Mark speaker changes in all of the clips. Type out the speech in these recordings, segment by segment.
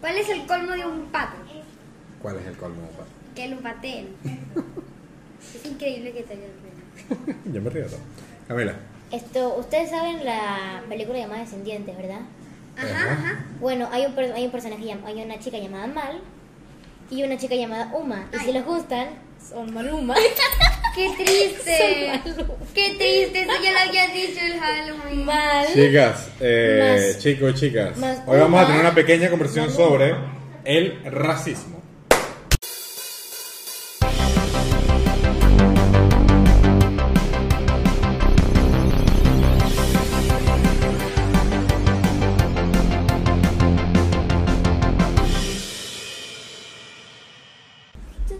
Speaker 1: ¿Cuál es el colmo de un pato?
Speaker 2: ¿Cuál es el colmo, papá?
Speaker 1: Que lo pateen. es increíble que te hayas reído.
Speaker 2: Yo me río todo. Camila.
Speaker 3: Esto, ustedes saben la película llamada Descendientes, ¿verdad?
Speaker 1: Ajá, ajá.
Speaker 3: Bueno, hay un, per- hay un personaje, llam- hay una chica llamada Mal y una chica llamada Uma. Y si
Speaker 1: Ay.
Speaker 3: les gustan, son Maluma.
Speaker 1: ¡Qué triste! ¡Qué triste! Eso ya lo había dicho el Halloween.
Speaker 3: Mal.
Speaker 2: Chicas, eh,
Speaker 3: Más-
Speaker 2: chicos, chicas.
Speaker 3: más
Speaker 2: Hoy vamos a
Speaker 3: una-
Speaker 2: tener una pequeña conversación sobre el racismo.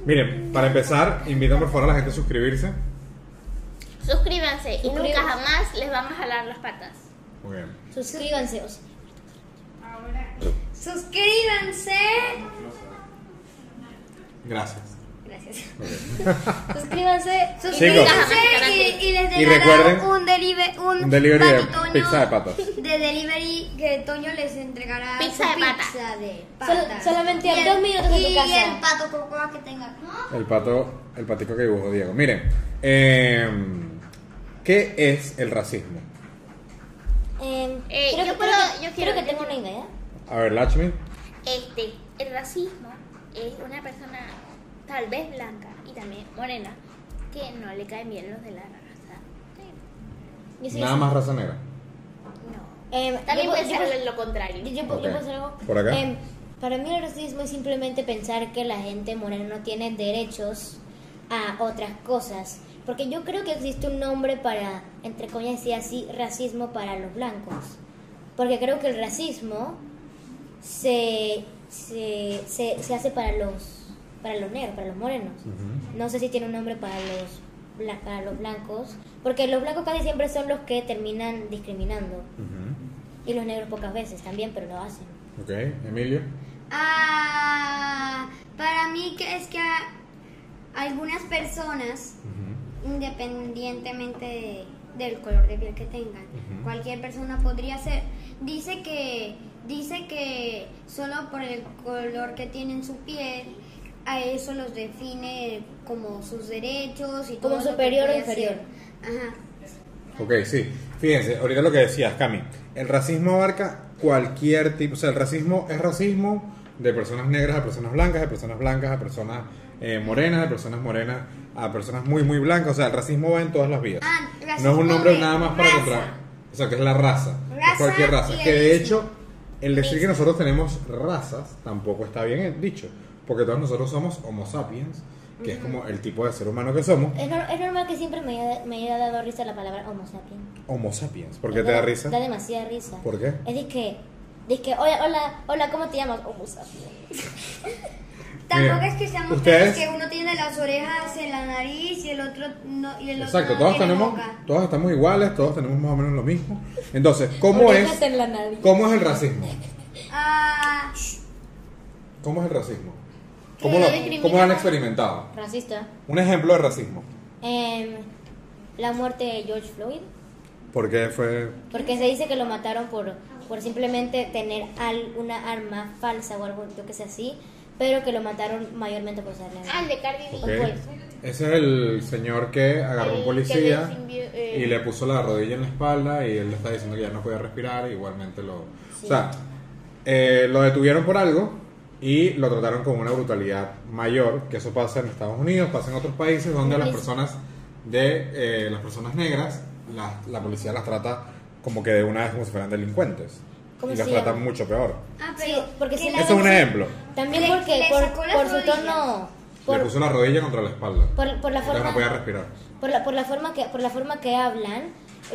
Speaker 2: Miren, para empezar, invitan por favor a la gente a suscribirse.
Speaker 4: Suscríbanse y
Speaker 3: Suscríbanse.
Speaker 4: nunca jamás les vamos a jalar las patas.
Speaker 2: Muy bien.
Speaker 3: Suscríbanse. o sea,
Speaker 1: Suscríbanse.
Speaker 2: Gracias.
Speaker 1: Gracias.
Speaker 2: Muy bien.
Speaker 1: Suscríbanse.
Speaker 2: Chicos.
Speaker 1: Suscríbanse y, y les
Speaker 2: Y
Speaker 1: regalarán
Speaker 2: recuerden,
Speaker 1: un, delive- un,
Speaker 2: un delivery de
Speaker 1: patitoño
Speaker 2: pizza de patas.
Speaker 1: De delivery que Toño les entregará
Speaker 4: Pizza
Speaker 1: su
Speaker 4: de pata.
Speaker 1: pizza de
Speaker 3: Sol-
Speaker 1: patas.
Speaker 3: solamente a
Speaker 1: Y el-
Speaker 3: dos minutos de tu
Speaker 1: Y
Speaker 3: casa.
Speaker 1: el pato cocoa que tenga.
Speaker 2: El pato, el patico que dibujó Diego. Miren, eh, ¿qué es el racismo?
Speaker 3: em,
Speaker 4: Eh,
Speaker 3: creo
Speaker 4: yo
Speaker 3: que-
Speaker 4: puedo-
Speaker 3: creo que-
Speaker 4: yo
Speaker 3: creo
Speaker 4: quiero-
Speaker 3: que
Speaker 4: yo
Speaker 3: tengo una
Speaker 4: quiero-
Speaker 3: idea.
Speaker 2: A ver, Lachmi.
Speaker 4: Este, el racismo es una persona tal vez blanca y también morena que no le caen bien los de la raza. negra.
Speaker 3: Yo sí-
Speaker 2: Nada más raza negra.
Speaker 4: No.
Speaker 3: em, yo
Speaker 4: También
Speaker 3: puedo-
Speaker 4: puede
Speaker 3: yo puedo-
Speaker 4: ser lo contrario.
Speaker 3: Yo, yo puedo- yo puedo hacer algo.
Speaker 2: Ok. Por acá.
Speaker 3: Em, para mí el racismo es simplemente pensar que la gente morena no tiene derechos a otras cosas. Porque yo creo que existe un nombre para, entre comillas, decir así, racismo para los blancos. Porque creo que el racismo se, se, se, se hace para los, para los negros, para los morenos.
Speaker 2: Ujú.
Speaker 3: No sé si tiene un nombre para los, bla- para los blancos. Porque los blancos casi siempre son los que terminan discriminando.
Speaker 2: Ujú.
Speaker 3: Y los negros pocas veces también, pero lo hacen.
Speaker 2: Ok, Emilio.
Speaker 1: Ah, para mí que es que a- algunas personas,
Speaker 2: Ujú.
Speaker 1: independientemente de- del color de piel que tengan,
Speaker 2: Ujú.
Speaker 1: cualquier persona podría ser. Dice que dice que solo por el color que tiene en su piel a eso los define como sus derechos y
Speaker 3: Como
Speaker 1: todo lo que
Speaker 3: superior o
Speaker 1: puede
Speaker 3: inferior.
Speaker 1: hacer. Ajá.
Speaker 2: Ok, sí. Fíjense, ahorita lo que decías, Cami. El racismo abarca cualquier tipo. O sea, el racismo es racismo de personas negras a personas blancas, de personas blancas a personas eh, morenas, de personas morenas a personas muy, muy blancas. O sea, el racismo va en todas las vías.
Speaker 1: Ah,
Speaker 2: No es
Speaker 1: racismo
Speaker 2: un nombre
Speaker 1: de
Speaker 2: nada más para
Speaker 1: raza.
Speaker 2: encontrar. O sea, que es la raza.
Speaker 1: Raza
Speaker 2: es cualquier raza.
Speaker 1: y
Speaker 2: Que de
Speaker 1: el
Speaker 2: hecho, el decir que nosotros tenemos razas tampoco está bien dicho. Porque todos nosotros somos Homo sapiens, que es como el tipo de ser humano que somos.
Speaker 3: Es, nor- es normal que siempre me haya, me haya dado risa la palabra homo sapiens.
Speaker 2: Homo sapiens. ¿Por qué
Speaker 3: Es
Speaker 2: te da
Speaker 3: verdad,
Speaker 2: risa?
Speaker 3: Da demasiada risa.
Speaker 2: ¿Por qué?
Speaker 3: Es de que, de que, hola, hola, hola, ¿cómo te llamas? Homo sapiens.
Speaker 1: Tampoco
Speaker 2: Mira,
Speaker 1: es que seamos
Speaker 2: ustedes-
Speaker 1: ustedes que uno tiene las orejas en la nariz y el otro no y el otro
Speaker 2: Exacto,
Speaker 1: no
Speaker 2: todos
Speaker 1: tiene
Speaker 2: tenemos,
Speaker 1: boca.
Speaker 2: todos estamos iguales, todos tenemos más o menos lo mismo. Entonces, ¿cómo
Speaker 3: Porque
Speaker 2: es,
Speaker 3: estás en la nariz.
Speaker 2: cómo es el racismo?
Speaker 1: Ah,
Speaker 2: ¿Cómo es el racismo?
Speaker 3: Que
Speaker 2: ¿Cómo lo,
Speaker 3: discriminan.
Speaker 2: cómo lo han experimentado?
Speaker 3: Racista.
Speaker 2: Un ejemplo de racismo.
Speaker 3: Em, la muerte de George Floyd.
Speaker 2: Porque fue
Speaker 3: Porque se dice que lo mataron por, por simplemente tener al, una arma falsa o algo yo que sea así, pero que lo mataron mayormente por ser negro.
Speaker 4: Ah, el de Cardi B.
Speaker 2: Ok. Ese es el señor que agarró a un
Speaker 4: El
Speaker 2: policía
Speaker 4: que le envió, eh,
Speaker 2: y le puso la rodilla en la espalda y él le está diciendo que ya no podía respirar y igualmente lo... O sea, eh, lo detuvieron por algo y lo trataron con una brutalidad mayor, que eso pasa en Estados Unidos, pasa en otros países donde a las
Speaker 3: Sí.
Speaker 2: personas de eh, las personas negras, la, la policía las trata como que de una vez como si fueran delincuentes.
Speaker 3: ¿Cómo
Speaker 2: Y las
Speaker 3: se llama?
Speaker 2: tratan mucho peor.
Speaker 1: ah,
Speaker 3: Sí,
Speaker 1: pero
Speaker 3: porque
Speaker 1: que
Speaker 3: sí
Speaker 1: la-
Speaker 3: le-
Speaker 2: Eso es un ejemplo.
Speaker 3: También
Speaker 1: Le-
Speaker 3: porque
Speaker 1: le
Speaker 3: por,
Speaker 1: sacó la
Speaker 3: por su
Speaker 1: rodilla.
Speaker 3: tono...
Speaker 2: Le
Speaker 3: Por,
Speaker 2: puso la rodilla contra la espalda.
Speaker 3: por, por la
Speaker 2: Ya
Speaker 3: forma...
Speaker 2: no podía respirar.
Speaker 3: Por la, por la forma que por la forma que hablan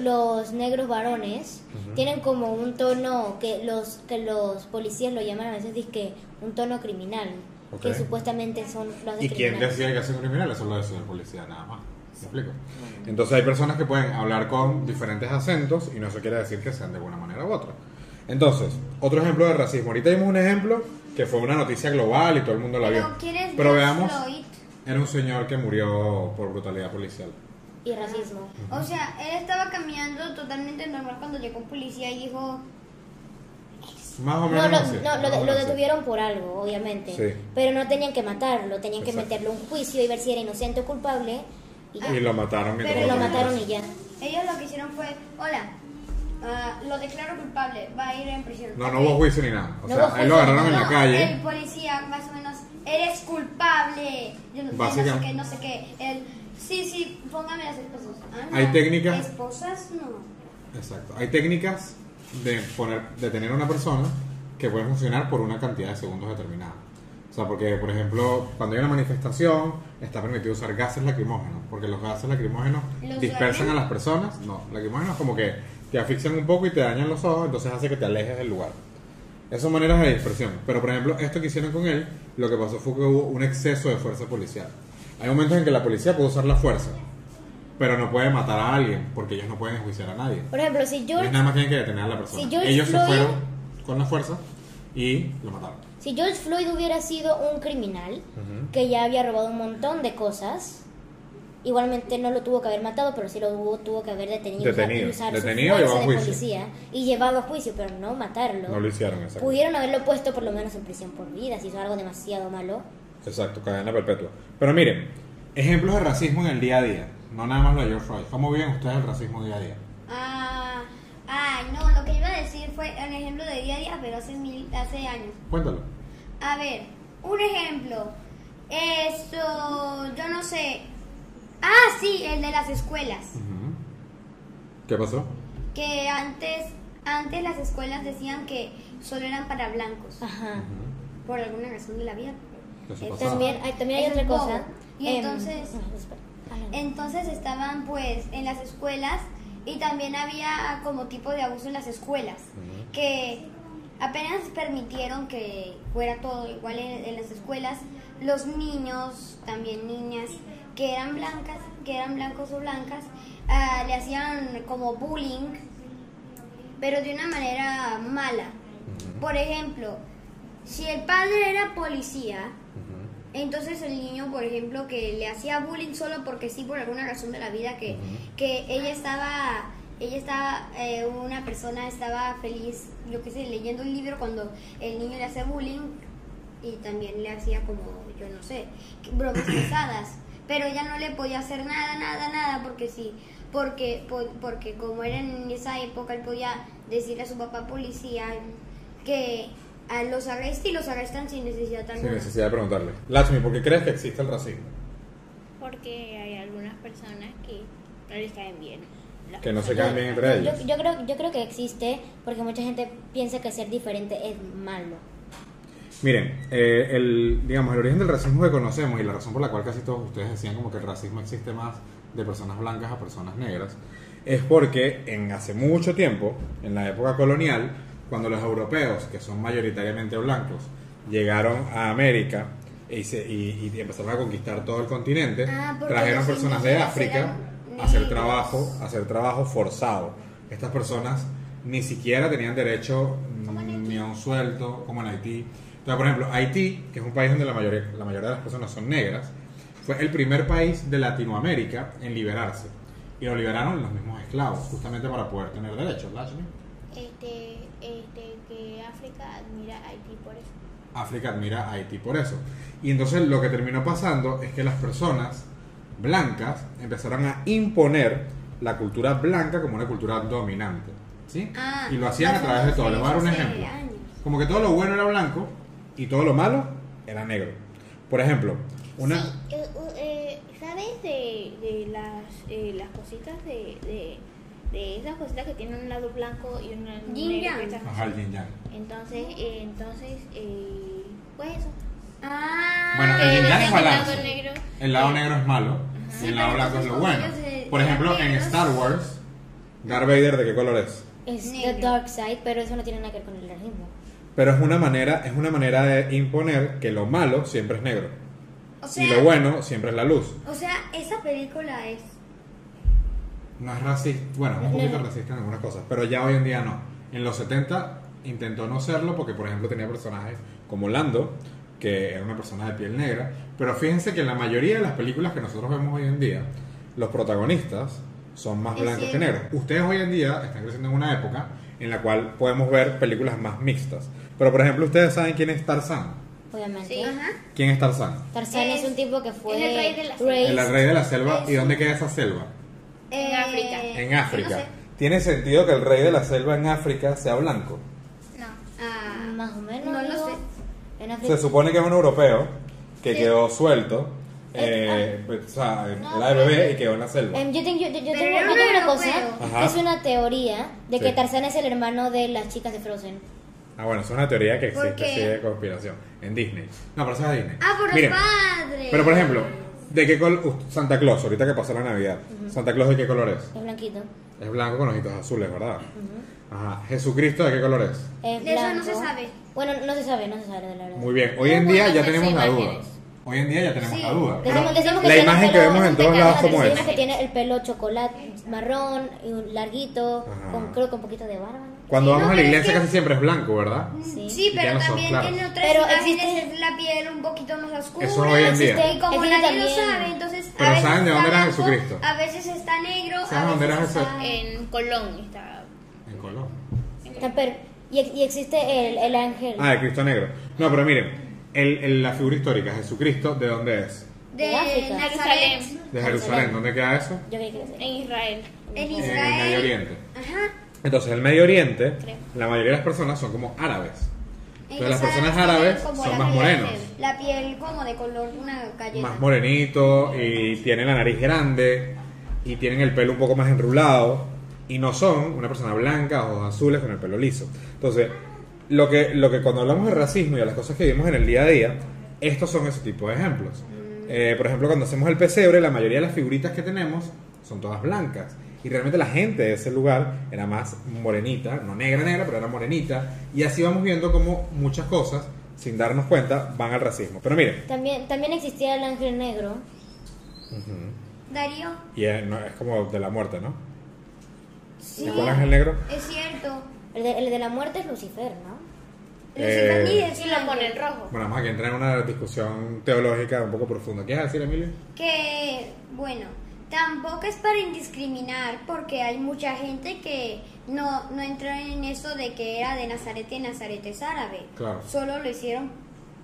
Speaker 3: los negros varones tienen como un tono que los que los policías lo llaman a veces dizque un tono criminal
Speaker 2: Ok.
Speaker 3: que supuestamente son los
Speaker 2: ¿Y quién
Speaker 3: criminales.
Speaker 2: decide que es un criminal? Eso lo decide el policía, nada más. ¿Me explico? Entonces hay personas que pueden hablar con diferentes acentos y no eso quiere decir que sean de una manera u otra. Entonces, otro ejemplo de racismo. Ahorita vimos un ejemplo que fue una noticia global y todo el mundo la vio.
Speaker 1: pero ¿quieres
Speaker 2: Pero
Speaker 1: George
Speaker 2: veamos,
Speaker 1: Floyd?
Speaker 2: era un señor que murió por brutalidad policial.
Speaker 3: y racismo.
Speaker 1: O sea, él estaba caminando totalmente normal cuando llegó un policía y dijo, "Eres
Speaker 2: Más o
Speaker 3: No,
Speaker 2: menos.
Speaker 3: lo,
Speaker 2: así,
Speaker 3: no,
Speaker 2: más o
Speaker 3: lo, de- lo
Speaker 2: menos así.
Speaker 3: detuvieron por algo, obviamente.
Speaker 2: Sí.
Speaker 3: Pero no tenían que matarlo, tenían que
Speaker 2: Exacto.
Speaker 3: meterlo a un juicio y ver si era inocente o culpable. Y ya.
Speaker 2: Y lo mataron. mientras
Speaker 3: Pero lo
Speaker 2: tenían
Speaker 3: mataron y
Speaker 2: preso.
Speaker 3: ya.
Speaker 1: Ellos lo que hicieron fue, hola, ah, lo declaro culpable, va a ir en prisión.
Speaker 2: No, no
Speaker 1: Ok.
Speaker 2: hubo juicio ni nada. O
Speaker 3: No
Speaker 2: sea,
Speaker 3: hubo
Speaker 2: ahí lo
Speaker 3: juicio,
Speaker 2: agarraron en
Speaker 1: No,
Speaker 2: la calle.
Speaker 1: El policía, más o menos, eres culpable. Yo no, no sé
Speaker 2: Básica.
Speaker 1: qué, no sé qué. El, sí, sí, póngame las esposas. Ah,
Speaker 2: ¿Hay
Speaker 1: no.
Speaker 2: técnica?
Speaker 1: Esposas no.
Speaker 2: Exacto. Hay técnicas de poner, de tener a una persona que puede funcionar por una cantidad de segundos determinada. O sea, porque, por ejemplo, cuando hay una manifestación, está permitido usar gases lacrimógenos, porque los gases lacrimógenos
Speaker 1: ¿Los
Speaker 2: dispersan a
Speaker 1: duermen?
Speaker 2: las personas. No, lacrimógenos como que te asfixian un poco y te dañan los ojos, entonces hace que te alejes del lugar. Esas son maneras de dispersión. Pero, por ejemplo, esto que hicieron con él, lo que pasó fue que hubo un exceso de fuerza policial. Hay momentos en que la policía puede usar la fuerza, pero no puede matar a alguien, porque ellos no pueden enjuiciar a nadie.
Speaker 3: Por ejemplo, si
Speaker 2: Ellos
Speaker 3: George,
Speaker 2: nada más tienen que detener a la persona.
Speaker 3: Si George
Speaker 2: Ellos se
Speaker 3: Floyd-
Speaker 2: fueron con la fuerza y lo mataron.
Speaker 3: si George Floyd hubiera sido un criminal que ya había robado un montón de cosas, igualmente no lo tuvo que haber matado, pero sí lo hubo- tuvo que haber detenido,
Speaker 2: Detenido.
Speaker 3: y usar su
Speaker 2: Detenido y
Speaker 3: fuerza
Speaker 2: llevado a
Speaker 3: de
Speaker 2: juicio.
Speaker 3: policía y llevado a juicio, pero no matarlo.
Speaker 2: No lo hicieron, exacto.
Speaker 3: Pudieron haberlo puesto por lo menos en prisión por vida si hizo algo demasiado malo.
Speaker 2: Exacto, cadena perpetua. Pero miren, ejemplos de racismo en el día a día. No nada más lo de George Floyd. ¿Cómo viven ustedes el racismo día a día?
Speaker 1: Ah, ah, no, lo que iba a decir fue un ejemplo de día a día, pero hace, mil, hace años.
Speaker 2: Cuéntalo.
Speaker 1: A ver, un ejemplo. Esto, yo no sé. Ah, sí, el de las escuelas.
Speaker 2: Ujú. ¿Qué pasó?
Speaker 1: Que antes, antes las escuelas decían que solo eran para blancos.
Speaker 3: Ajá.
Speaker 1: Por alguna razón de la vida.
Speaker 2: Eso
Speaker 1: Eh,
Speaker 2: pasó.
Speaker 3: También hay, también hay
Speaker 1: Eso
Speaker 3: otra
Speaker 1: es
Speaker 3: cosa.
Speaker 1: bobo. Y
Speaker 3: Em,
Speaker 1: entonces-
Speaker 3: ah, espera. Ah,
Speaker 1: Entonces estaban pues en las escuelas y también había como tipo de abuso en las escuelas.
Speaker 2: Ujú.
Speaker 1: Que apenas permitieron que fuera todo igual en, en las escuelas. Los niños, también niñas, que eran blancas, que eran blancos o blancas, ah, le hacían como bullying, pero de una manera mala. Por ejemplo, si el padre era policía,
Speaker 2: Ujú.
Speaker 1: entonces el niño, por ejemplo, que le hacía bullying solo porque sí, por alguna razón de la vida, que,
Speaker 2: Ujú.
Speaker 1: que ella estaba, ella estaba, eh, una persona estaba feliz, yo qué sé, leyendo un libro cuando el niño le hace bullying y también le hacía como, yo no sé, que- bromas pesadas. Pero ella no le podía hacer nada, nada, nada, porque sí, porque, po- porque como era en esa época, él podía decirle a su papá policía que a los arresta y los arrestan sin necesidad
Speaker 2: Sin
Speaker 1: alguna.
Speaker 2: necesidad de preguntarle. Lakshmi, ¿por qué crees que existe el racismo?
Speaker 4: Porque hay algunas personas que no les caen bien. las
Speaker 2: Que no se
Speaker 4: personas.
Speaker 2: caen bien entre
Speaker 3: yo,
Speaker 2: ellos.
Speaker 3: yo creo, yo creo que existe porque mucha gente piensa que ser diferente es malo.
Speaker 2: Miren, eh, el, digamos, el origen del racismo que conocemos y la razón por la cual casi todos ustedes decían como que el racismo existe más de personas blancas a personas negras, es porque en hace mucho tiempo, en la época colonial, cuando los europeos, que son mayoritariamente blancos, llegaron a América y, se- y- y empezaron a conquistar todo el continente,
Speaker 1: Ah, porque
Speaker 2: trajeron
Speaker 1: los
Speaker 2: personas de
Speaker 1: indígenas
Speaker 2: África
Speaker 1: eran
Speaker 2: a hacer
Speaker 1: negros.
Speaker 2: trabajo, a hacer trabajo forzado. Estas personas ni siquiera tenían derecho
Speaker 1: Como en
Speaker 2: ni a un sueldo, como en Haití. Entonces, por ejemplo, Haití, que es un país donde la mayoría, la mayoría de las personas son negras, fue el primer país de Latinoamérica en liberarse. Y lo liberaron los mismos esclavos, justamente para poder tener derechos. Lakshmi.
Speaker 4: Este, este, que África admira a Haití por eso.
Speaker 2: África admira a Haití por eso. Y entonces lo que terminó pasando es que las personas blancas empezaron a imponer la cultura blanca como una cultura dominante. ¿sí?
Speaker 1: Ah,
Speaker 2: y lo hacían a
Speaker 1: hace
Speaker 2: través de todo. Les voy a dar un
Speaker 1: 16
Speaker 2: ejemplo.
Speaker 1: años.
Speaker 2: Como que todo lo bueno era blanco y todo lo malo era negro. Por ejemplo, una...
Speaker 4: Sí, eh, u- eh, ¿sabes de, de las, eh, las cositas de, de, de esas cositas que tienen un lado blanco y un lado
Speaker 1: Yin
Speaker 4: negro?
Speaker 1: yang.
Speaker 4: que están
Speaker 2: Ajá, el
Speaker 4: así?
Speaker 2: yin yang.
Speaker 4: Entonces, eh, entonces, eh, pues eso.
Speaker 1: Ah,
Speaker 2: Bueno, el
Speaker 4: Eh,
Speaker 2: yin yang es
Speaker 4: el lado
Speaker 2: balance.
Speaker 4: negro.
Speaker 2: El lado
Speaker 4: Eh,
Speaker 2: negro es malo y
Speaker 1: Sí,
Speaker 2: el lado
Speaker 1: pero
Speaker 2: blanco es lo
Speaker 1: entonces
Speaker 2: bueno.
Speaker 1: como ellos de-
Speaker 2: Por ejemplo, en
Speaker 1: negros-
Speaker 2: Star Wars, Darth Vader, ¿de qué color es?
Speaker 3: Es the
Speaker 1: Negro.
Speaker 3: dark side, pero eso no tiene nada que ver con el racismo.
Speaker 2: Pero es una manera, es una manera de imponer que lo malo siempre es negro
Speaker 1: o sea,
Speaker 2: y lo bueno siempre es la luz.
Speaker 1: O sea, esa película es.
Speaker 2: No es racista, bueno, es un poquito racista en algunas cosas, pero ya hoy en día no. En los 70 intentó no serlo porque, por ejemplo, tenía personajes como Lando, que era una persona de piel negra, pero fíjense que en la mayoría de las películas que nosotros vemos hoy en día, los protagonistas son más
Speaker 1: Es
Speaker 2: blancos que
Speaker 1: cierto.
Speaker 2: negros. Ustedes hoy en día están creciendo en una época en la cual podemos ver películas más mixtas. Pero, por ejemplo, ustedes saben quién es Tarzán.
Speaker 3: obviamente.
Speaker 4: Sí.
Speaker 1: Ajá.
Speaker 2: ¿Quién es Tarzán?
Speaker 3: Tarzán es,
Speaker 4: Es-
Speaker 3: un tipo que fue
Speaker 4: es el rey de la selva.
Speaker 3: raised-
Speaker 2: El rey de la selva. ¿Y dónde queda esa selva?
Speaker 4: En África.
Speaker 2: En
Speaker 1: eh, no
Speaker 2: África.
Speaker 1: sé.
Speaker 2: ¿Tiene sentido que el rey de la selva en África sea blanco?
Speaker 4: No.
Speaker 1: Ah,
Speaker 3: más o menos.
Speaker 1: No lo
Speaker 3: digo,
Speaker 1: sé.
Speaker 3: En África.
Speaker 2: Se supone que es un europeo que
Speaker 4: Sí.
Speaker 2: quedó suelto,
Speaker 3: Eh,
Speaker 2: eh, o sea,
Speaker 3: no,
Speaker 2: era de bebé
Speaker 3: pero-
Speaker 2: y quedó en la selva.
Speaker 3: Em, yo tengo, yo, yo- yo
Speaker 1: Pero
Speaker 3: tengo-
Speaker 1: era
Speaker 3: yo
Speaker 1: un
Speaker 3: tengo una
Speaker 1: europeo.
Speaker 3: cosa.
Speaker 2: Ajá.
Speaker 3: Es una teoría de que
Speaker 2: Sí.
Speaker 3: Tarzán es el hermano de las chicas de Frozen.
Speaker 2: Ah, bueno, es una teoría que
Speaker 1: ¿Por
Speaker 2: existe
Speaker 1: qué?
Speaker 2: así de conspiración en Disney. No, pero eso es de Disney.
Speaker 1: Ah, por
Speaker 2: Miren,
Speaker 1: los padres.
Speaker 2: Pero por ejemplo, ¿de qué color Santa Claus? Ahorita que pasó la Navidad, Santa Claus de qué color es?
Speaker 3: Es blanquito.
Speaker 2: Es blanco con ojitos azules, ¿verdad? Ajá. Jesucristo de qué color es?
Speaker 3: Es
Speaker 1: De eso no
Speaker 3: blanco.
Speaker 1: se sabe.
Speaker 3: Bueno, no se sabe, no se sabe de la verdad.
Speaker 2: Muy bien. Hoy
Speaker 4: No,
Speaker 2: en día ya
Speaker 4: porque
Speaker 2: tenemos
Speaker 4: sí,
Speaker 2: la duda.
Speaker 4: imágenes.
Speaker 2: Hoy en día ya tenemos
Speaker 1: Sí.
Speaker 2: la duda.
Speaker 3: Decimos-
Speaker 2: pero
Speaker 3: decimos que
Speaker 2: la
Speaker 3: tiene
Speaker 2: imagen que
Speaker 3: pelo-
Speaker 2: vemos en
Speaker 4: de
Speaker 2: todos
Speaker 4: cada
Speaker 2: lados como
Speaker 4: versión
Speaker 2: es.
Speaker 3: Decimos que tiene el pelo chocolate marrón y un larguito,
Speaker 2: Ajá.
Speaker 3: con creo con un poquito de barba. ¿no?
Speaker 2: Cucuando
Speaker 1: Sí, no,
Speaker 2: vamos a la
Speaker 1: pero
Speaker 2: iglesia
Speaker 1: es que-
Speaker 2: casi siempre es blanco, ¿verdad?
Speaker 3: Sí.
Speaker 1: Sí,
Speaker 2: Y ya
Speaker 1: pero
Speaker 2: no son
Speaker 1: también
Speaker 2: claros.
Speaker 1: tiene otras
Speaker 3: Pero
Speaker 1: imágenes,
Speaker 3: existe-
Speaker 1: es la piel un poquito más oscura.
Speaker 2: Eso hoy en día.
Speaker 1: Y como
Speaker 3: Existe
Speaker 1: nadie lo
Speaker 3: también.
Speaker 1: sabe, entonces. a
Speaker 2: Pero
Speaker 1: veces
Speaker 2: ¿saben de
Speaker 1: está
Speaker 2: dónde era
Speaker 1: blanco,
Speaker 2: Jesucristo?
Speaker 1: A veces está negro.
Speaker 2: ¿Saben
Speaker 1: a
Speaker 2: dónde
Speaker 1: veces
Speaker 2: era Jesús?
Speaker 1: está-
Speaker 4: En Colón está.
Speaker 2: En color.
Speaker 3: Está per- y, ex- y existe el, el ángel.
Speaker 2: Ah, de Cristo Negro. No, pero miren, el, el- la figura histórica, Jesucristo, ¿de dónde es?
Speaker 1: De
Speaker 3: De África.
Speaker 1: Nazaret.
Speaker 4: Jerusalén.
Speaker 2: De Jerusalén. ¿Dónde queda eso?
Speaker 3: Yo creí que era ese.
Speaker 4: En Israel.
Speaker 1: En
Speaker 2: En
Speaker 1: Israel.
Speaker 2: el Medio Oriente.
Speaker 1: Ajá.
Speaker 2: Entonces, el Medio Oriente,
Speaker 4: Creo.
Speaker 2: la mayoría de las personas son como árabes. Entonces, las
Speaker 1: Entonces,
Speaker 2: personas
Speaker 1: tienen
Speaker 2: árabes
Speaker 1: como
Speaker 2: son
Speaker 1: la
Speaker 2: más
Speaker 1: piel-
Speaker 2: morenos.
Speaker 1: La piel como de color una galleta.
Speaker 2: Más morenitos y tienen la nariz grande y tienen el pelo un poco más enrulado y no son una persona blanca, ojos azules con el pelo liso. Entonces, lo que, lo que cuando hablamos de racismo y de las cosas que vivimos en el día a día, estos son ese tipo de ejemplos. Eh, por ejemplo, cuando hacemos el pesebre, la mayoría de las figuritas que tenemos son todas blancas. Y realmente la gente de ese lugar era más morenita, no negra, negra, pero era morenita. Y así vamos viendo como muchas cosas, sin darnos cuenta, van al racismo. Pero miren,
Speaker 3: También, también existía el ángel negro.
Speaker 1: Darío,
Speaker 2: Y es, no, es como de la muerte, ¿no?
Speaker 1: Sí.
Speaker 2: ¿Y cuál ángel negro?
Speaker 1: es cierto.
Speaker 3: El de, el de la muerte es Lucifer, ¿no?
Speaker 2: Eh,
Speaker 1: Lucifer ni de
Speaker 4: Si lo ponen rojo.
Speaker 2: Bueno, vamos a entrar en una discusión teológica un poco profunda. ¿Qué vas a decir, Emilio?
Speaker 1: que, bueno, tampoco es para indiscriminar, porque hay mucha gente que no, no entró en eso de que era de Nazaret y Nazaret es árabe.
Speaker 2: Claro.
Speaker 1: Solo lo hicieron,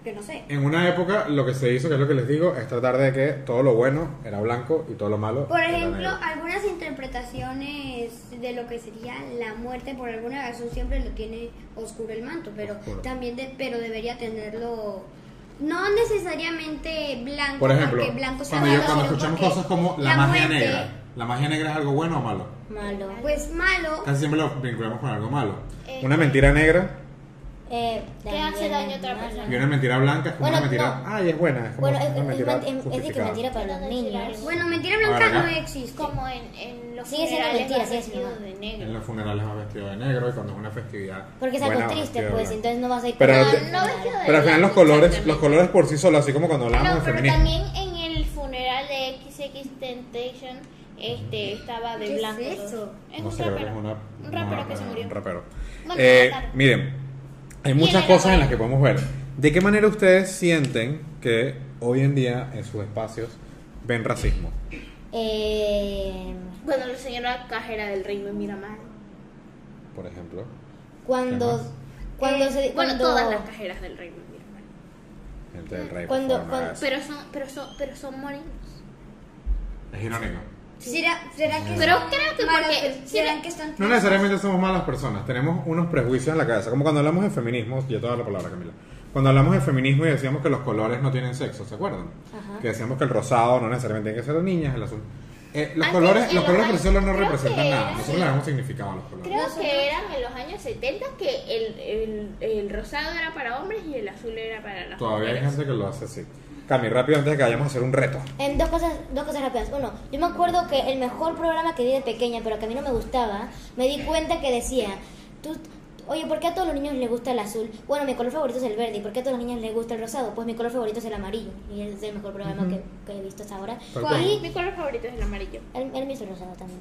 Speaker 1: yo no sé.
Speaker 2: En una época lo que se hizo, que es lo que les digo, es tratar de que todo lo bueno era blanco y todo lo malo
Speaker 1: Por
Speaker 2: era
Speaker 1: ejemplo,
Speaker 2: negro.
Speaker 1: algunas interpretaciones de lo que sería la muerte por alguna razón siempre lo tiene oscuro el manto, pero
Speaker 2: Oscuro.
Speaker 1: también de, pero debería tenerlo no necesariamente blanco,
Speaker 2: Por ejemplo,
Speaker 1: porque blanco sea
Speaker 2: cuando, yo-
Speaker 1: malo,
Speaker 2: cuando
Speaker 1: sino
Speaker 2: escuchamos
Speaker 1: porque
Speaker 2: cosas como la, magia negra, ¿la magia negra es algo bueno o malo?
Speaker 3: Malo.
Speaker 1: pues malo,
Speaker 2: Casi siempre lo vinculamos con algo malo.
Speaker 4: Eh,
Speaker 2: una mentira negra
Speaker 3: Eh,
Speaker 4: ¿Qué
Speaker 3: también
Speaker 4: hace daño a
Speaker 3: es
Speaker 4: otra
Speaker 3: malo.
Speaker 4: persona?
Speaker 2: y una mentira blanca es como
Speaker 3: Bueno,
Speaker 2: una mentira...
Speaker 3: no.
Speaker 2: Ay, es buena, es como
Speaker 3: Bueno, es,
Speaker 2: una
Speaker 3: es- es
Speaker 2: mentira
Speaker 3: men- es- es de que
Speaker 2: justificada.
Speaker 3: mentira para los niños.
Speaker 1: bueno, mentira blanca
Speaker 2: Ahora acá.
Speaker 1: no existe.
Speaker 4: Como en, en los
Speaker 3: Sigue siendo
Speaker 4: funerales
Speaker 3: mentira,
Speaker 4: va
Speaker 3: sigue siendo
Speaker 4: vestido de
Speaker 2: En
Speaker 4: negro.
Speaker 2: los funerales va vestido de negro y cuando es una festividad.
Speaker 3: Porque es algo
Speaker 2: buena, va
Speaker 3: triste,
Speaker 2: vestido de
Speaker 3: pues,
Speaker 2: blanco.
Speaker 3: entonces no vas a ir
Speaker 2: Pero
Speaker 3: con-
Speaker 2: te-
Speaker 4: No, no vestido de
Speaker 2: Pero al final los
Speaker 4: blanco,
Speaker 2: colores,
Speaker 4: exactamente.
Speaker 2: los colores por sí solos, así como cuando hablábamos
Speaker 4: No,
Speaker 2: de
Speaker 4: pero
Speaker 2: feminismo.
Speaker 4: también en el funeral de XX Temptation este, estaba de
Speaker 1: ¿Qué es
Speaker 4: blanco.
Speaker 1: eso?
Speaker 4: Es
Speaker 2: No
Speaker 4: un
Speaker 2: sé, creo que
Speaker 4: rapero.
Speaker 2: es una-
Speaker 4: un
Speaker 2: una
Speaker 4: rapero que
Speaker 2: rapera,
Speaker 4: se murió.
Speaker 2: Un rapero.
Speaker 4: Bueno,
Speaker 2: Eh,
Speaker 4: claro.
Speaker 2: miren, hay muchas
Speaker 4: era
Speaker 2: cosas en
Speaker 4: bueno.
Speaker 2: las que podemos ver. ¿De qué manera ustedes sienten que hoy en día en sus espacios ven racismo?
Speaker 3: Eh,
Speaker 4: Cuando la señora cajera del reino de Miramar.
Speaker 2: Por ejemplo.
Speaker 3: cuando
Speaker 2: ¿Qué más?
Speaker 3: cuando
Speaker 1: Eh,
Speaker 3: se
Speaker 4: Bueno,
Speaker 3: cuando-
Speaker 4: todas las cajeras del reino de Miramar.
Speaker 2: Gente del rey.
Speaker 3: Cuando-
Speaker 2: por favor, no
Speaker 3: cuando-
Speaker 2: hagas eso.
Speaker 4: Pero son, pero son, pero son morenos.
Speaker 2: Es irónico.
Speaker 1: ¿Será, será que
Speaker 4: Pero
Speaker 1: son
Speaker 4: creo que
Speaker 1: malos,
Speaker 4: porque-
Speaker 1: pero ¿Serán que están
Speaker 2: No necesariamente somos malas personas, tenemos unos prejuicios en la cabeza. Como cuando hablamos de feminismo, ya toda la palabra, Camila. Cuando hablamos de feminismo y decíamos que los colores no tienen sexo, ¿se acuerdan?
Speaker 3: Ajá.
Speaker 2: Que decíamos que el rosado no necesariamente tiene que ser de niñas, el azul. Eh, los
Speaker 4: Antes,
Speaker 2: colores,
Speaker 4: en
Speaker 2: los
Speaker 4: los
Speaker 2: colores por
Speaker 4: años-
Speaker 2: sí solos no
Speaker 4: creo que
Speaker 2: representan
Speaker 4: era
Speaker 2: nada. Nosotros
Speaker 4: así.
Speaker 2: le damos significado a los colores.
Speaker 4: Creo que eran en los años 70 que el, el, el rosado era para hombres y el azul era para las
Speaker 2: Todavía hay
Speaker 4: mujeres.
Speaker 2: gente que lo hace así. Cami, rápido antes de que vayamos a hacer un reto.
Speaker 3: Em, dos cosas dos cosas rápidas uno yo me acuerdo que el mejor programa que vi de pequeña pero que a mí no me gustaba me di cuenta que decía tú oye por qué a todos los niños les gusta el azul bueno mi color favorito es el verde y por qué a todos los niños les gusta el rosado pues mi color favorito es el amarillo y es el mejor programa que, que he visto hasta ahora
Speaker 2: Tal
Speaker 1: ¿Cuál?
Speaker 3: y
Speaker 4: Mi color favorito es el amarillo.
Speaker 3: El, el mío es el rosado también.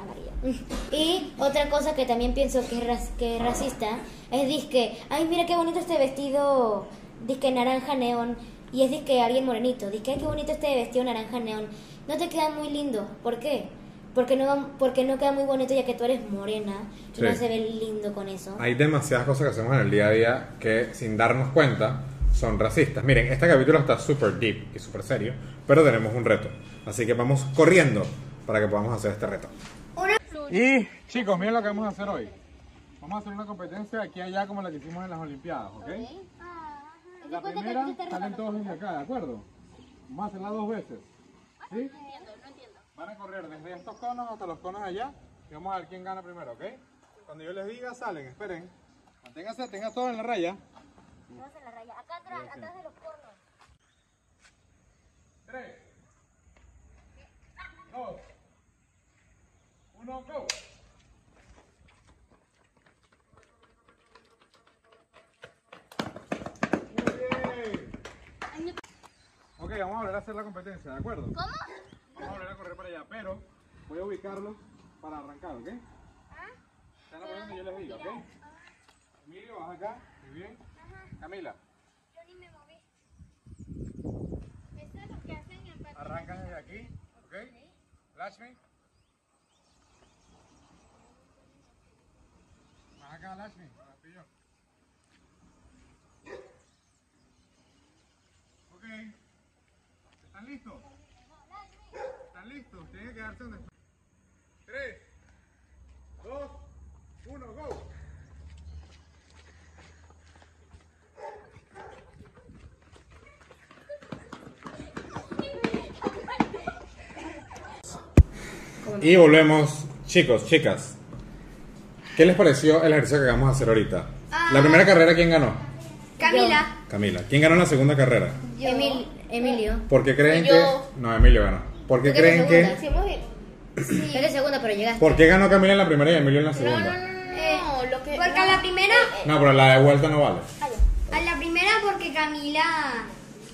Speaker 3: Amarillo. Y otra cosa que también pienso que es, ras- que es racista es disque, ay mira qué bonito este vestido, disque naranja neón. Y es disque alguien morenito, disque ay qué bonito este vestido naranja neón. No te queda muy lindo, ¿por qué? Porque no, porque no queda muy bonito ya que tú eres morena y
Speaker 2: Sí.
Speaker 3: no se ve lindo con eso.
Speaker 2: Hay demasiadas cosas que hacemos en el día a día que sin darnos cuenta son racistas. Miren, este capítulo está súper deep y súper serio, pero tenemos un reto. Así que vamos corriendo para que podamos hacer este reto. Y chicos, miren lo que vamos a hacer hoy. Vamos a hacer una competencia aquí y allá como la que hicimos en las Olimpiadas, ¿ok? La primera salen todos desde acá, ¿de acuerdo? Vamos a hacerla dos veces. ¿Sí? Van a correr desde estos conos hasta los conos allá y vamos a ver quién gana primero, ¿ok? Cuando yo les diga, salen, esperen. Manténganse, tengan todo en la raya. Todos en la raya, acá atrás, atrás de los conos. Tres, dos, uno, go. Muy bien. Ok, vamos a volver a hacer la competencia, ¿de acuerdo? ¿Cómo? Vamos a volver a correr para allá, pero voy a ubicarlos para arrancar, ¿ok? Ah. Están donde yo les diga, ¿ok? Emilio, vas acá, muy bien. Camila,
Speaker 4: Yo ni me moví. Esto es lo que hacen en
Speaker 2: arrancas desde aquí, ¿ok? Lashmi. Vas acá, Lashmi, para pillo. Ok. ¿Están listos? ¿Están listos? Tienen que quedarse donde están. 3, 2, 1, go. Y volvemos, chicos, chicas. ¿Qué les pareció el ejercicio que vamos a hacer ahorita?
Speaker 4: Ah.
Speaker 2: La primera carrera, ¿quién ganó?
Speaker 1: Camila,
Speaker 2: Camila. ¿Quién ganó la segunda carrera?
Speaker 1: yo.
Speaker 3: Emil- Emilio.
Speaker 2: ¿Por qué creen
Speaker 4: Yo.
Speaker 2: que.? No, Emilio ganó. ¿Por qué
Speaker 3: Yo quedé
Speaker 2: creen que.?
Speaker 3: segunda. Yo eres segunda, pero llegaste.
Speaker 2: ¿Por qué ganó Camila en la primera y Emilio en la
Speaker 4: No,
Speaker 2: segunda?
Speaker 4: no, no, no, lo que...
Speaker 1: porque a la primera,
Speaker 2: No, pero la de vuelta no vale.
Speaker 1: a la primera porque Camila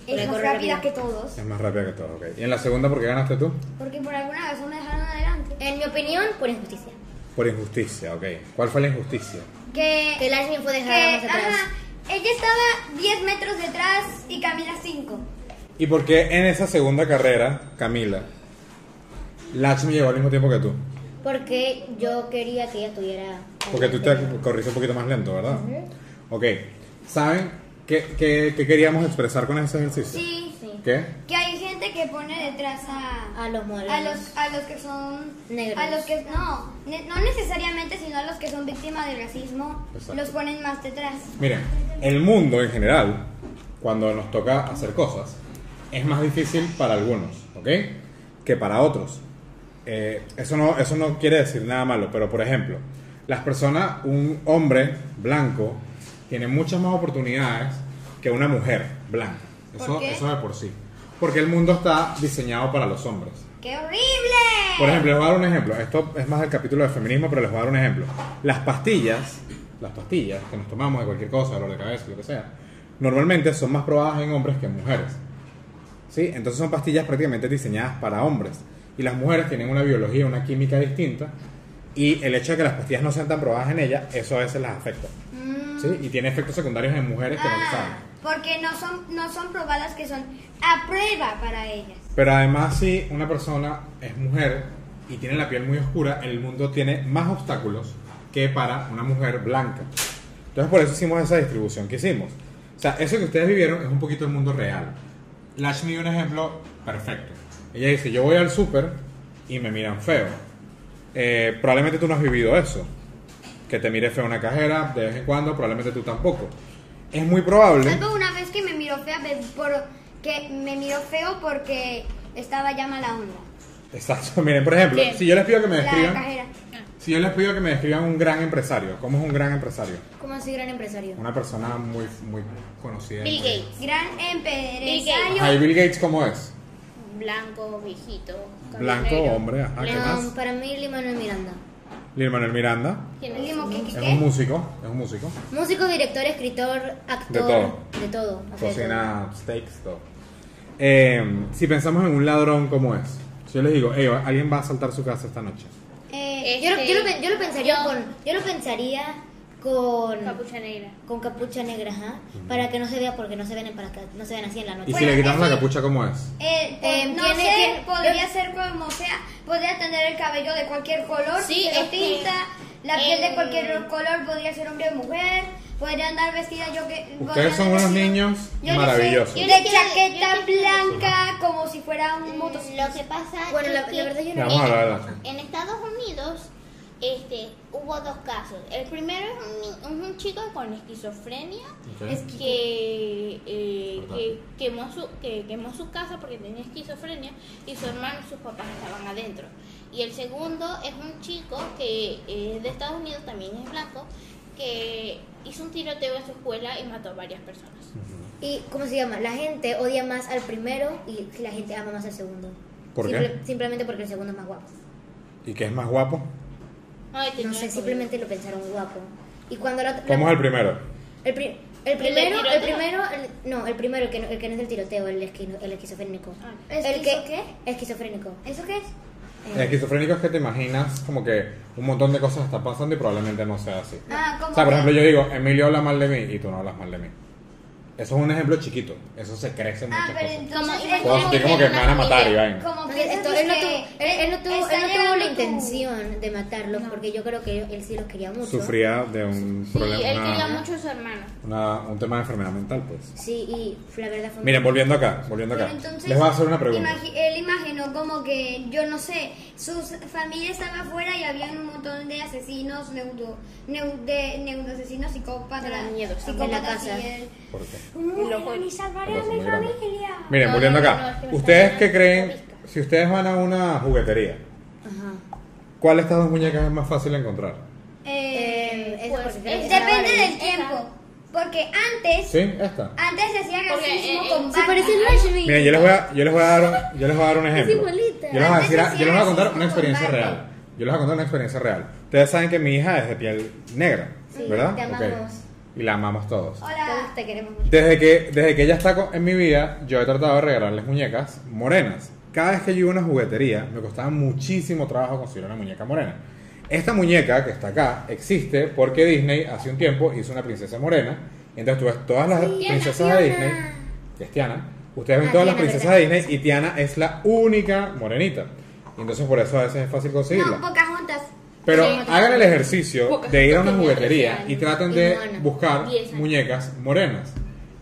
Speaker 3: Porque
Speaker 1: es más
Speaker 3: corre
Speaker 1: rápida
Speaker 3: rápido.
Speaker 1: que todos.
Speaker 2: Es más rápida que todo, ok. ¿Y en la segunda por qué ganaste tú?
Speaker 1: Porque por alguna razón me dejaron adelante.
Speaker 3: En mi opinión, por injusticia.
Speaker 2: Por injusticia, ok. ¿Cuál fue la injusticia?
Speaker 1: Que,
Speaker 3: Que Lashmi fue
Speaker 1: que,
Speaker 3: dejada más atrás.
Speaker 1: ajá, ella estaba 10 metros detrás y Camila 5.
Speaker 2: ¿Y por qué en esa segunda carrera, Camila, Lachmi llegó al mismo tiempo que tú?
Speaker 3: Porque yo quería que ella tuviera.
Speaker 2: Porque tú te corriste un poquito más lento, ¿verdad? Ok. ¿Saben qué, qué- qué queríamos expresar con ese ejercicio?
Speaker 1: Sí.
Speaker 3: Sí.
Speaker 2: ¿Qué?
Speaker 1: Que hay gente que pone detrás a,
Speaker 3: A Ah, los modelos.
Speaker 1: a los a los que son
Speaker 3: Negros.
Speaker 1: A los que no, ne- no necesariamente, sino a los que son víctimas del racismo,
Speaker 2: Exacto.
Speaker 1: los ponen más detrás.
Speaker 2: Miren, el mundo en general, cuando nos toca hacer cosas, es más difícil para algunos, ¿ok? Que para otros. Eh, eso, no, eso no quiere decir nada malo, pero por ejemplo, las personas, un hombre blanco, tiene muchas más oportunidades que una mujer blanca.
Speaker 1: ¿Por
Speaker 2: Eso,
Speaker 1: qué?
Speaker 2: eso de por sí. Porque el mundo está diseñado para los hombres.
Speaker 1: ¡Qué horrible!
Speaker 2: Por ejemplo, les voy a dar un ejemplo. Esto es más del capítulo de feminismo, pero les voy a dar un ejemplo. Las pastillas, las pastillas que nos tomamos de cualquier cosa, dolor de cabeza, lo que sea, normalmente son más probadas en hombres que en mujeres. ¿Sí? Entonces son pastillas prácticamente diseñadas para hombres. Y las mujeres tienen una biología, una química distinta. Y el hecho de que las pastillas no sean tan probadas en ellas, eso a veces las afecta. ¿Sí? Y tiene efectos secundarios en mujeres que no se saben.
Speaker 1: Ah, porque no son no son probadas que son a prueba para ellas.
Speaker 2: Pero además si una persona es mujer y tiene la piel muy oscura, el mundo tiene más obstáculos que para una mujer blanca. Entonces por eso hicimos esa distribución que hicimos. O sea, eso que ustedes vivieron es un poquito el mundo real. Lash me dio un ejemplo perfecto. Ella dice, yo voy al súper y me miran feo. Eh, probablemente tú no has vivido eso. Que te mire feo una cajera de vez en cuando, probablemente tú tampoco. Es muy probable...
Speaker 1: Salvo una vez que me miró fea pe- por que me miró feo porque estaba ya mala onda.
Speaker 2: Exacto, miren, por ejemplo,
Speaker 4: ¿Quién?
Speaker 2: si yo les pido que me
Speaker 1: La
Speaker 2: describan...
Speaker 1: cajera.
Speaker 2: Si yo les pido que me describan un gran empresario, ¿cómo es un gran empresario?
Speaker 3: ¿Cómo así gran empresario?
Speaker 2: Una persona muy, muy conocida.
Speaker 4: Bill
Speaker 2: muy-
Speaker 4: Gates,
Speaker 1: Gran empresario.
Speaker 2: Ajá, ¿y Bill Gates cómo es?
Speaker 4: blanco, viejito,
Speaker 2: Blanco,
Speaker 4: caballero.
Speaker 2: hombre, ajá, Ah, ¿qué
Speaker 3: No,
Speaker 2: más?
Speaker 3: para mí Lin Manuel Miranda.
Speaker 2: Lin Manuel Miranda.
Speaker 4: ¿Quién es?
Speaker 1: Limo, ¿qué, qué,
Speaker 2: Es
Speaker 1: qué?
Speaker 2: un músico, es un músico.
Speaker 3: Músico, director, escritor, actor.
Speaker 2: De todo.
Speaker 3: De todo. hace de todo.
Speaker 2: Cocina steaks, todo. Eh, si pensamos en un ladrón, ¿cómo es? Si yo les digo, "Ey, alguien va a asaltar su casa esta noche.
Speaker 1: Eh,
Speaker 4: Eh,
Speaker 3: Yo, lo- yo lo,
Speaker 4: Este,
Speaker 3: pe- yo lo pensaría
Speaker 4: yo-
Speaker 3: con. Yo lo pensaría con,
Speaker 4: Capucha negra.
Speaker 3: con capucha negra, ajá, para que no se vea porque no se ven en para no se ven así en la noche.
Speaker 2: Y si
Speaker 1: Bueno,
Speaker 2: le quitamos la
Speaker 1: eso-
Speaker 2: capucha, ¿cómo es?
Speaker 1: Eh, pues,
Speaker 3: Eh,
Speaker 1: no
Speaker 3: tiene
Speaker 1: sé,
Speaker 3: que-
Speaker 1: podría ser como sea, podría tener el cabello de cualquier color,
Speaker 4: Sí,
Speaker 1: se lo
Speaker 4: es que-
Speaker 1: pinta, la piel
Speaker 4: eh,
Speaker 1: de cualquier color, podría ser hombre o mujer, podría andar vestida yo que... podría
Speaker 2: Ustedes son
Speaker 1: andar
Speaker 2: unos
Speaker 1: vestida-
Speaker 2: niños
Speaker 1: yo no sé,
Speaker 2: maravillosos.
Speaker 1: De
Speaker 4: Yo les quiero-
Speaker 1: chaqueta
Speaker 4: yo les quiero-
Speaker 1: blanca, como si fuera un motociclista.
Speaker 4: Lo que pasa
Speaker 3: Bueno,
Speaker 4: es
Speaker 3: la- la
Speaker 4: que
Speaker 3: verdad yo
Speaker 2: no- Vamos a hablar de la
Speaker 4: en, en Estados Unidos este, hubo dos casos. El primero es un, ni- un, un chico con esquizofrenia
Speaker 2: Ok.
Speaker 1: es-
Speaker 4: que, eh,
Speaker 2: Perdón.
Speaker 4: que, quemó su, que quemó su casa porque tenía esquizofrenia y su hermano y sus papás estaban adentro. Y el segundo es un chico que eh, es de Estados Unidos, también es blanco, que hizo un tiroteo en su escuela y mató a varias personas.
Speaker 3: Y, ¿cómo se llama? La gente odia más al primero y la gente ama más al segundo.
Speaker 2: ¿Por
Speaker 3: Simple- Simplemente porque el segundo es más guapo.
Speaker 2: ¿Y qué es más guapo? Mm.
Speaker 4: Ay, tenía
Speaker 3: No sé,
Speaker 4: COVID.
Speaker 3: simplemente lo pensaron guapo. Y cuando la, la-
Speaker 2: ¿Cómo es el primero?
Speaker 3: el, pri- el
Speaker 4: del
Speaker 3: primero, el
Speaker 4: tiroteo?
Speaker 3: primero, el- no, el primero, el que, no- el que no es del tiroteo, el, esquino- el esquizofrénico.
Speaker 4: Ah.
Speaker 3: El
Speaker 1: ¿Esquizo
Speaker 3: que, Esquizofrénico.
Speaker 1: ¿Eso qué es? Eh.
Speaker 2: El esquizofrénico es que te imaginas como que un montón de cosas están pasando y probablemente no sea así.
Speaker 1: Ah, como
Speaker 2: O sea, por
Speaker 1: que-
Speaker 2: ejemplo, yo digo, Emilio habla mal de mí y tú no hablas mal de mí. Eso es un ejemplo chiquito. Eso se crece en
Speaker 1: Ah,
Speaker 2: muchas
Speaker 1: pero
Speaker 2: cosas.
Speaker 1: entonces...
Speaker 4: Como-
Speaker 1: es
Speaker 2: Cuando estoy como que me van a matar y vaina.
Speaker 1: como
Speaker 3: Entonces,
Speaker 1: piensas
Speaker 3: esto- él, no
Speaker 1: que-
Speaker 3: tuvo, él, él no tuvo, él
Speaker 1: está
Speaker 3: no tuvo
Speaker 1: llegando
Speaker 3: la
Speaker 1: tu-
Speaker 3: intención de matarlos porque yo creo que él sí los quería mucho.
Speaker 2: Sufría de un
Speaker 4: Sí,
Speaker 2: problema,
Speaker 4: él quería
Speaker 2: una-
Speaker 4: mucho a su hermano.
Speaker 2: una- un tema de enfermedad mental, pues.
Speaker 3: Sí, y la verdad fue
Speaker 2: Miren, volviendo acá, volviendo
Speaker 1: Pero
Speaker 2: acá.
Speaker 1: entonces,
Speaker 2: Les voy a hacer una pregunta.
Speaker 1: imagi- él imaginó como que, yo no sé, su familia estaba afuera y había un montón de asesinos, neudo, neu- de neuroasesinos, psicópatas,
Speaker 4: De los miedos, sí,
Speaker 1: psicópatas
Speaker 3: de la casa.
Speaker 1: y él-
Speaker 2: ¿Por qué?
Speaker 1: Muero, ni salvaré a
Speaker 2: Una cosa
Speaker 1: mi
Speaker 2: muy grande.
Speaker 1: familia.
Speaker 2: Miren,
Speaker 4: No,
Speaker 2: volviendo
Speaker 4: no, no,
Speaker 2: acá.
Speaker 4: es que me
Speaker 2: ¿Ustedes
Speaker 4: está
Speaker 2: qué creen?
Speaker 4: dando pizca.
Speaker 2: Si ustedes van a una juguetería,
Speaker 3: Ajá.
Speaker 2: ¿cuál de estas dos muñecas es más fácil de encontrar?
Speaker 1: Eh,
Speaker 3: Eh, eso
Speaker 4: pues,
Speaker 3: porque creo
Speaker 4: es-
Speaker 3: que era
Speaker 1: depende
Speaker 3: Barbie.
Speaker 1: del tiempo, porque antes,
Speaker 2: ¿Sí? Esta.
Speaker 1: antes se hacía
Speaker 4: Porque,
Speaker 1: racismo
Speaker 4: eh, eh,
Speaker 1: con
Speaker 3: Se
Speaker 1: Barbie.
Speaker 3: parece a Nashville.
Speaker 2: Miren, yo les voy a, yo les voy a dar un, yo les voy a dar un ejemplo.
Speaker 3: igualita.
Speaker 2: Yo les voy a, decir-
Speaker 1: Antes
Speaker 2: yo les voy a contar
Speaker 1: hacía
Speaker 2: una experiencia
Speaker 1: racismo con
Speaker 2: real. Yo les voy a contar una experiencia real. Ustedes saben que mi hija es de piel negra,
Speaker 3: Sí,
Speaker 2: ¿verdad?
Speaker 3: te
Speaker 2: Ok.
Speaker 3: amamos.
Speaker 2: Y la amamos todos.
Speaker 1: Hola.
Speaker 3: Te queremos mucho.
Speaker 2: Desde que, desde que ella está co- en mi vida, yo he tratado de regalarles muñecas morenas. Cada vez que yo iba a una juguetería, me costaba muchísimo trabajo conseguir una muñeca morena. Esta muñeca que está acá existe porque Disney hace un tiempo hizo una princesa morena. Entonces tú ves todas las princesas de Disney, que es Tiana, ustedes ven
Speaker 3: Ah,
Speaker 2: todas las
Speaker 3: Tiana,
Speaker 2: princesas
Speaker 3: ¿verdad?
Speaker 2: de Disney y Tiana es la única morenita. Y entonces por eso a veces es fácil conseguirla.
Speaker 1: No, pocas juntas.
Speaker 2: Pero
Speaker 4: Sí.
Speaker 2: hagan el ejercicio
Speaker 4: Pocas
Speaker 2: de ir a
Speaker 4: cosas
Speaker 2: una
Speaker 4: que
Speaker 2: juguetería
Speaker 4: me
Speaker 2: y traten
Speaker 3: Y
Speaker 2: de
Speaker 3: monas.
Speaker 2: buscar
Speaker 4: Y esas.
Speaker 2: muñecas morenas.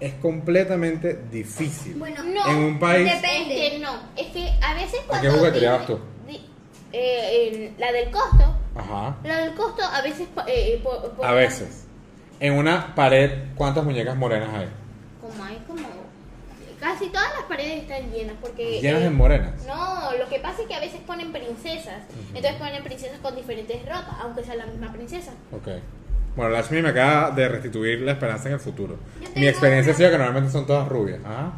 Speaker 2: Es completamente difícil.
Speaker 1: Bueno,
Speaker 4: No,
Speaker 2: en un país.
Speaker 1: depende.
Speaker 4: Este, no, es que a veces
Speaker 2: ¿A
Speaker 4: cuando...
Speaker 2: qué juguetería
Speaker 4: di-
Speaker 2: vas tú?
Speaker 4: di- eh, en la del costo.
Speaker 2: Ajá.
Speaker 4: La del costo a veces... pa- eh, eh, po- po-
Speaker 2: A veces. En una pared, ¿cuántas muñecas morenas hay?
Speaker 4: Como hay como... Casi todas las paredes están llenas porque...
Speaker 2: Llenas
Speaker 4: eh,
Speaker 2: de morenas.
Speaker 4: No, lo que pasa es que a veces ponen princesas. Entonces ponen princesas con diferentes ropas, aunque sea la misma princesa.
Speaker 2: Ok. Bueno, Lashmi me acaba de restituir la esperanza en el futuro.
Speaker 1: Yo tengo
Speaker 2: Mi experiencia ha
Speaker 1: una.
Speaker 2: sido que normalmente son todas rubias. ¿ah? Ajá.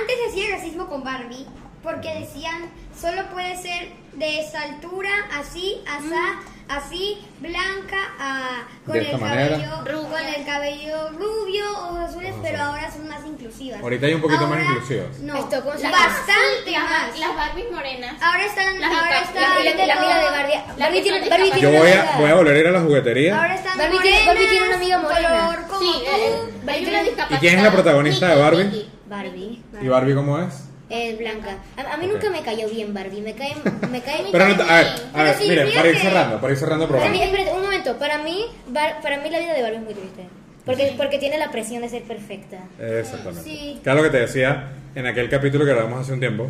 Speaker 1: Antes se hacía racismo con Barbie porque decían solo puede ser de esa altura, así, asá,
Speaker 3: Mm.
Speaker 1: así, blanca, ah, con
Speaker 2: De
Speaker 1: el
Speaker 2: esta manera.
Speaker 1: cabello
Speaker 4: Rubia.
Speaker 1: con el cabello rubio, ojos azules,
Speaker 2: Ojos
Speaker 1: pero
Speaker 2: azules.
Speaker 1: ahora son más inclusivas.
Speaker 2: Ahorita hay un poquito más
Speaker 1: Ahora,
Speaker 2: inclusivas.
Speaker 1: No,
Speaker 3: Esto, ¿cómo se llama?
Speaker 1: bastante
Speaker 4: Las-
Speaker 1: más.
Speaker 4: Las Barbies morenas.
Speaker 1: ahora están,
Speaker 4: las
Speaker 1: ahora
Speaker 4: hipa-
Speaker 1: están
Speaker 3: La, la, la amiga de
Speaker 1: todo-
Speaker 3: Barbie.
Speaker 4: La
Speaker 3: Barbie
Speaker 4: que
Speaker 3: tiene,
Speaker 4: son
Speaker 3: Barbie tiene
Speaker 2: Yo
Speaker 3: una
Speaker 2: voy
Speaker 3: amiga.
Speaker 2: a, voy a volver a ir a la juguetería.
Speaker 1: Ahora están
Speaker 3: Barbie tiene- Barbie tiene una amiga
Speaker 1: morenas,
Speaker 3: morena.
Speaker 1: color como
Speaker 4: Sí,
Speaker 1: tú.
Speaker 4: eh, hay
Speaker 3: Barbie.
Speaker 4: una
Speaker 2: ¿Y
Speaker 4: discapacidad.
Speaker 2: quién es la protagonista de Barbie?
Speaker 4: Nikki.
Speaker 3: Barbie.
Speaker 2: ¿Y Barbie cómo es?
Speaker 3: Es blanca. A, a mí
Speaker 2: Ok.
Speaker 3: nunca me cayó bien Barbie. Me cae. Me cae
Speaker 2: Pero no, te- a ver, a
Speaker 1: Pero
Speaker 2: ver,
Speaker 1: sí,
Speaker 2: miren,
Speaker 1: creo
Speaker 2: para ir
Speaker 1: que-
Speaker 2: cerrando, para ir cerrando el
Speaker 3: Para mí,
Speaker 2: programa.
Speaker 3: espérate, un momento. Para mí, Bar- para mí la vida de Barbie es muy triste. Porque, porque tiene la presión de ser perfecta.
Speaker 2: Exactamente.
Speaker 1: Sí.
Speaker 2: Claro lo que te decía en aquel capítulo que grabamos hace un tiempo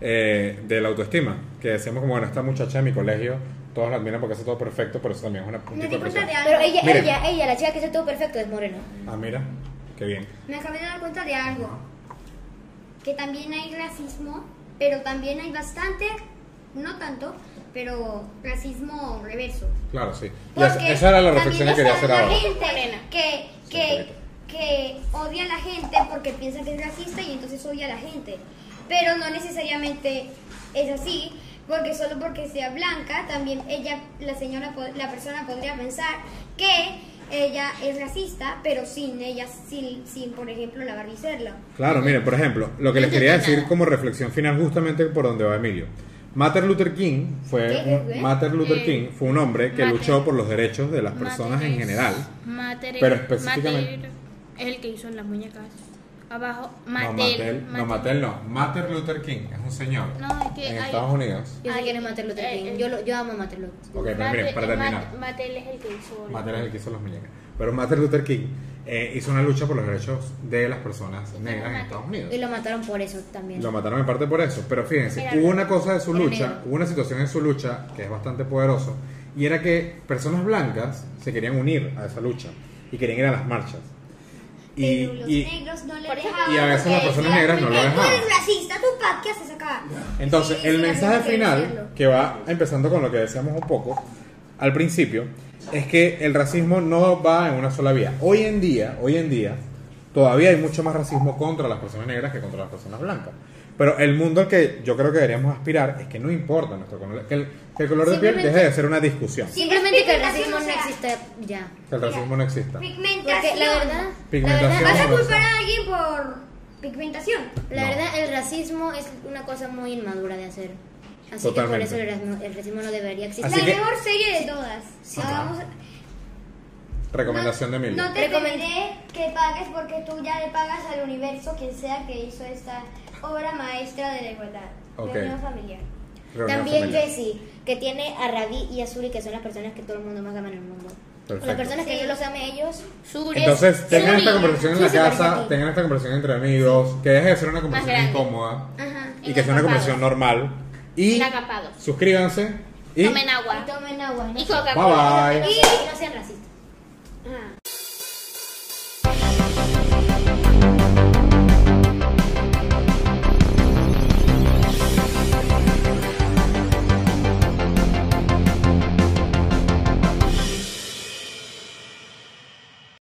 Speaker 2: eh, de la autoestima, que decíamos como, bueno, esta muchacha de mi colegio, todos la admiran porque hace todo perfecto, pero eso también es una un
Speaker 1: Me
Speaker 2: tipo
Speaker 1: di
Speaker 2: de
Speaker 1: cuenta de
Speaker 2: presión.
Speaker 1: algo.
Speaker 3: Pero ella,
Speaker 2: Miren.
Speaker 3: ella, ella, la chica que hizo todo perfecto es morena.
Speaker 2: Ah, mira, qué bien.
Speaker 1: Me acabé de dar cuenta de algo. Que también hay racismo, pero también hay bastante, no tanto, pero racismo reverso.
Speaker 2: Claro, sí. Y esa,
Speaker 1: Porque
Speaker 2: esa era la reflexión que
Speaker 1: también
Speaker 2: quería
Speaker 1: está
Speaker 2: hacer
Speaker 1: la
Speaker 2: ahora.
Speaker 1: gente que,
Speaker 2: Sí,
Speaker 1: que,
Speaker 2: correcto.
Speaker 1: que odia a la gente porque piensa que es racista y entonces odia a la gente. Pero no necesariamente es así, porque solo porque sea blanca, también ella, la señora, po- la persona podría pensar que ella es racista, pero sin ella, sin, sin por ejemplo, la barbicerla.
Speaker 2: Claro, miren, por ejemplo, lo que les quería decir como reflexión final, justamente por donde va Emilio. Martin Luther King fue
Speaker 1: ¿Qué?
Speaker 2: un, Martin Luther
Speaker 4: Eh,
Speaker 2: King fue un hombre que
Speaker 4: Martin.
Speaker 2: luchó por los derechos de las personas en
Speaker 4: Materiales-
Speaker 2: general.
Speaker 4: materiales-
Speaker 2: pero específicamente-
Speaker 4: materiales- Es el que hizo las muñecas. Abajo,
Speaker 2: no,
Speaker 4: Mattel.
Speaker 2: Mattel, no, Mattel no. Martin Luther King es un señor
Speaker 4: No, es que
Speaker 2: en
Speaker 4: hay-
Speaker 2: Estados Unidos.
Speaker 3: Yo sé
Speaker 4: Ay,
Speaker 3: quién es Martin Luther
Speaker 4: eh,
Speaker 3: King.
Speaker 4: eh.
Speaker 3: Yo, lo- yo amo a Martin Luther
Speaker 2: Ok, pero miren,
Speaker 4: Mattel-
Speaker 2: para terminar.
Speaker 4: Mat- Mattel es el que hizo. la-
Speaker 2: Martin es el que hizo las muñecas. Pero Martin Luther King eh, hizo una lucha por los derechos de las personas negras en Estados Unidos.
Speaker 3: Y lo mataron por eso también.
Speaker 2: Lo mataron en parte por eso. Pero fíjense,
Speaker 4: Era
Speaker 2: hubo
Speaker 4: negro.
Speaker 2: una cosa de su
Speaker 3: Era
Speaker 2: lucha,
Speaker 3: negro.
Speaker 2: hubo una situación en su lucha que es bastante poderoso, y era que personas blancas se querían unir a esa lucha y querían ir a las marchas. Y,
Speaker 1: Pero los
Speaker 2: y-
Speaker 1: negros no le
Speaker 4: por eso-
Speaker 1: dejaban
Speaker 2: y a veces
Speaker 1: porque
Speaker 2: las personas
Speaker 1: decían,
Speaker 2: negras no lo
Speaker 1: Tú eres
Speaker 2: dejaban".
Speaker 1: racista, tú pa, ¿qué haces acá?
Speaker 2: entonces
Speaker 1: Sí,
Speaker 2: el
Speaker 1: sí, la
Speaker 2: mensaje
Speaker 1: gente
Speaker 2: final,
Speaker 1: quiere decirlo.
Speaker 2: que va empezando con lo que decíamos un poco al principio, es que el racismo no va en una sola vía. Hoy en día, hoy en día, todavía hay mucho más racismo contra las personas negras que contra las personas blancas. Pero el mundo al que yo creo que deberíamos aspirar es que no importa nuestro color, que el, que el color de piel
Speaker 3: Simplemente-
Speaker 2: deje de ser una discusión.
Speaker 3: Simplemente que el
Speaker 1: Pigmentación,
Speaker 3: racismo
Speaker 1: o
Speaker 3: no
Speaker 1: sea,
Speaker 3: existe ya.
Speaker 2: Que el racismo no exista.
Speaker 1: Pigmentación.
Speaker 3: Porque la verdad, la
Speaker 2: Pigmentación.
Speaker 3: verdad,
Speaker 1: ¿Vas a culpar a alguien por pigmentación?
Speaker 3: la
Speaker 2: No.
Speaker 3: verdad, el racismo es una cosa muy inmadura de hacer. Así
Speaker 2: Totalmente.
Speaker 3: que por eso el racismo, el racismo no debería existir.
Speaker 2: Así
Speaker 1: la
Speaker 2: que-
Speaker 1: mejor serie de todas.
Speaker 2: Sí.
Speaker 1: Hagamos-
Speaker 2: Recomendación
Speaker 1: no,
Speaker 2: de Emilio.
Speaker 1: No te
Speaker 3: Recomen-
Speaker 1: pediré que pagues porque tú ya le pagas al universo quien sea que hizo esta obra maestra de la igualdad.
Speaker 2: Ok.
Speaker 1: Reunión familiar.
Speaker 2: Reunión
Speaker 3: También
Speaker 2: familiar.
Speaker 3: que sí, que tiene a Rabí y a Zuri, que son las personas que todo el mundo más ama en el mundo.
Speaker 2: Perfecto.
Speaker 3: Las personas que
Speaker 1: Sí.
Speaker 3: no los ame a ellos,
Speaker 4: Suri.
Speaker 2: Entonces, tengan
Speaker 4: Suri.
Speaker 2: esta conversación en la
Speaker 3: Sí, sí, parece
Speaker 2: casa,
Speaker 3: aquí.
Speaker 2: tengan esta conversación entre amigos, que deje de ser una conversación
Speaker 4: grande.
Speaker 2: incómoda
Speaker 3: ajá.
Speaker 2: y que sea una
Speaker 4: Inacampados.
Speaker 2: conversación normal. Y
Speaker 4: Inacampados.
Speaker 2: suscríbanse y
Speaker 4: Tomen agua.
Speaker 1: Y tomen agua. ¿no?
Speaker 4: Y Coca-Cola.
Speaker 2: bye bye.
Speaker 3: Y no sean racistas.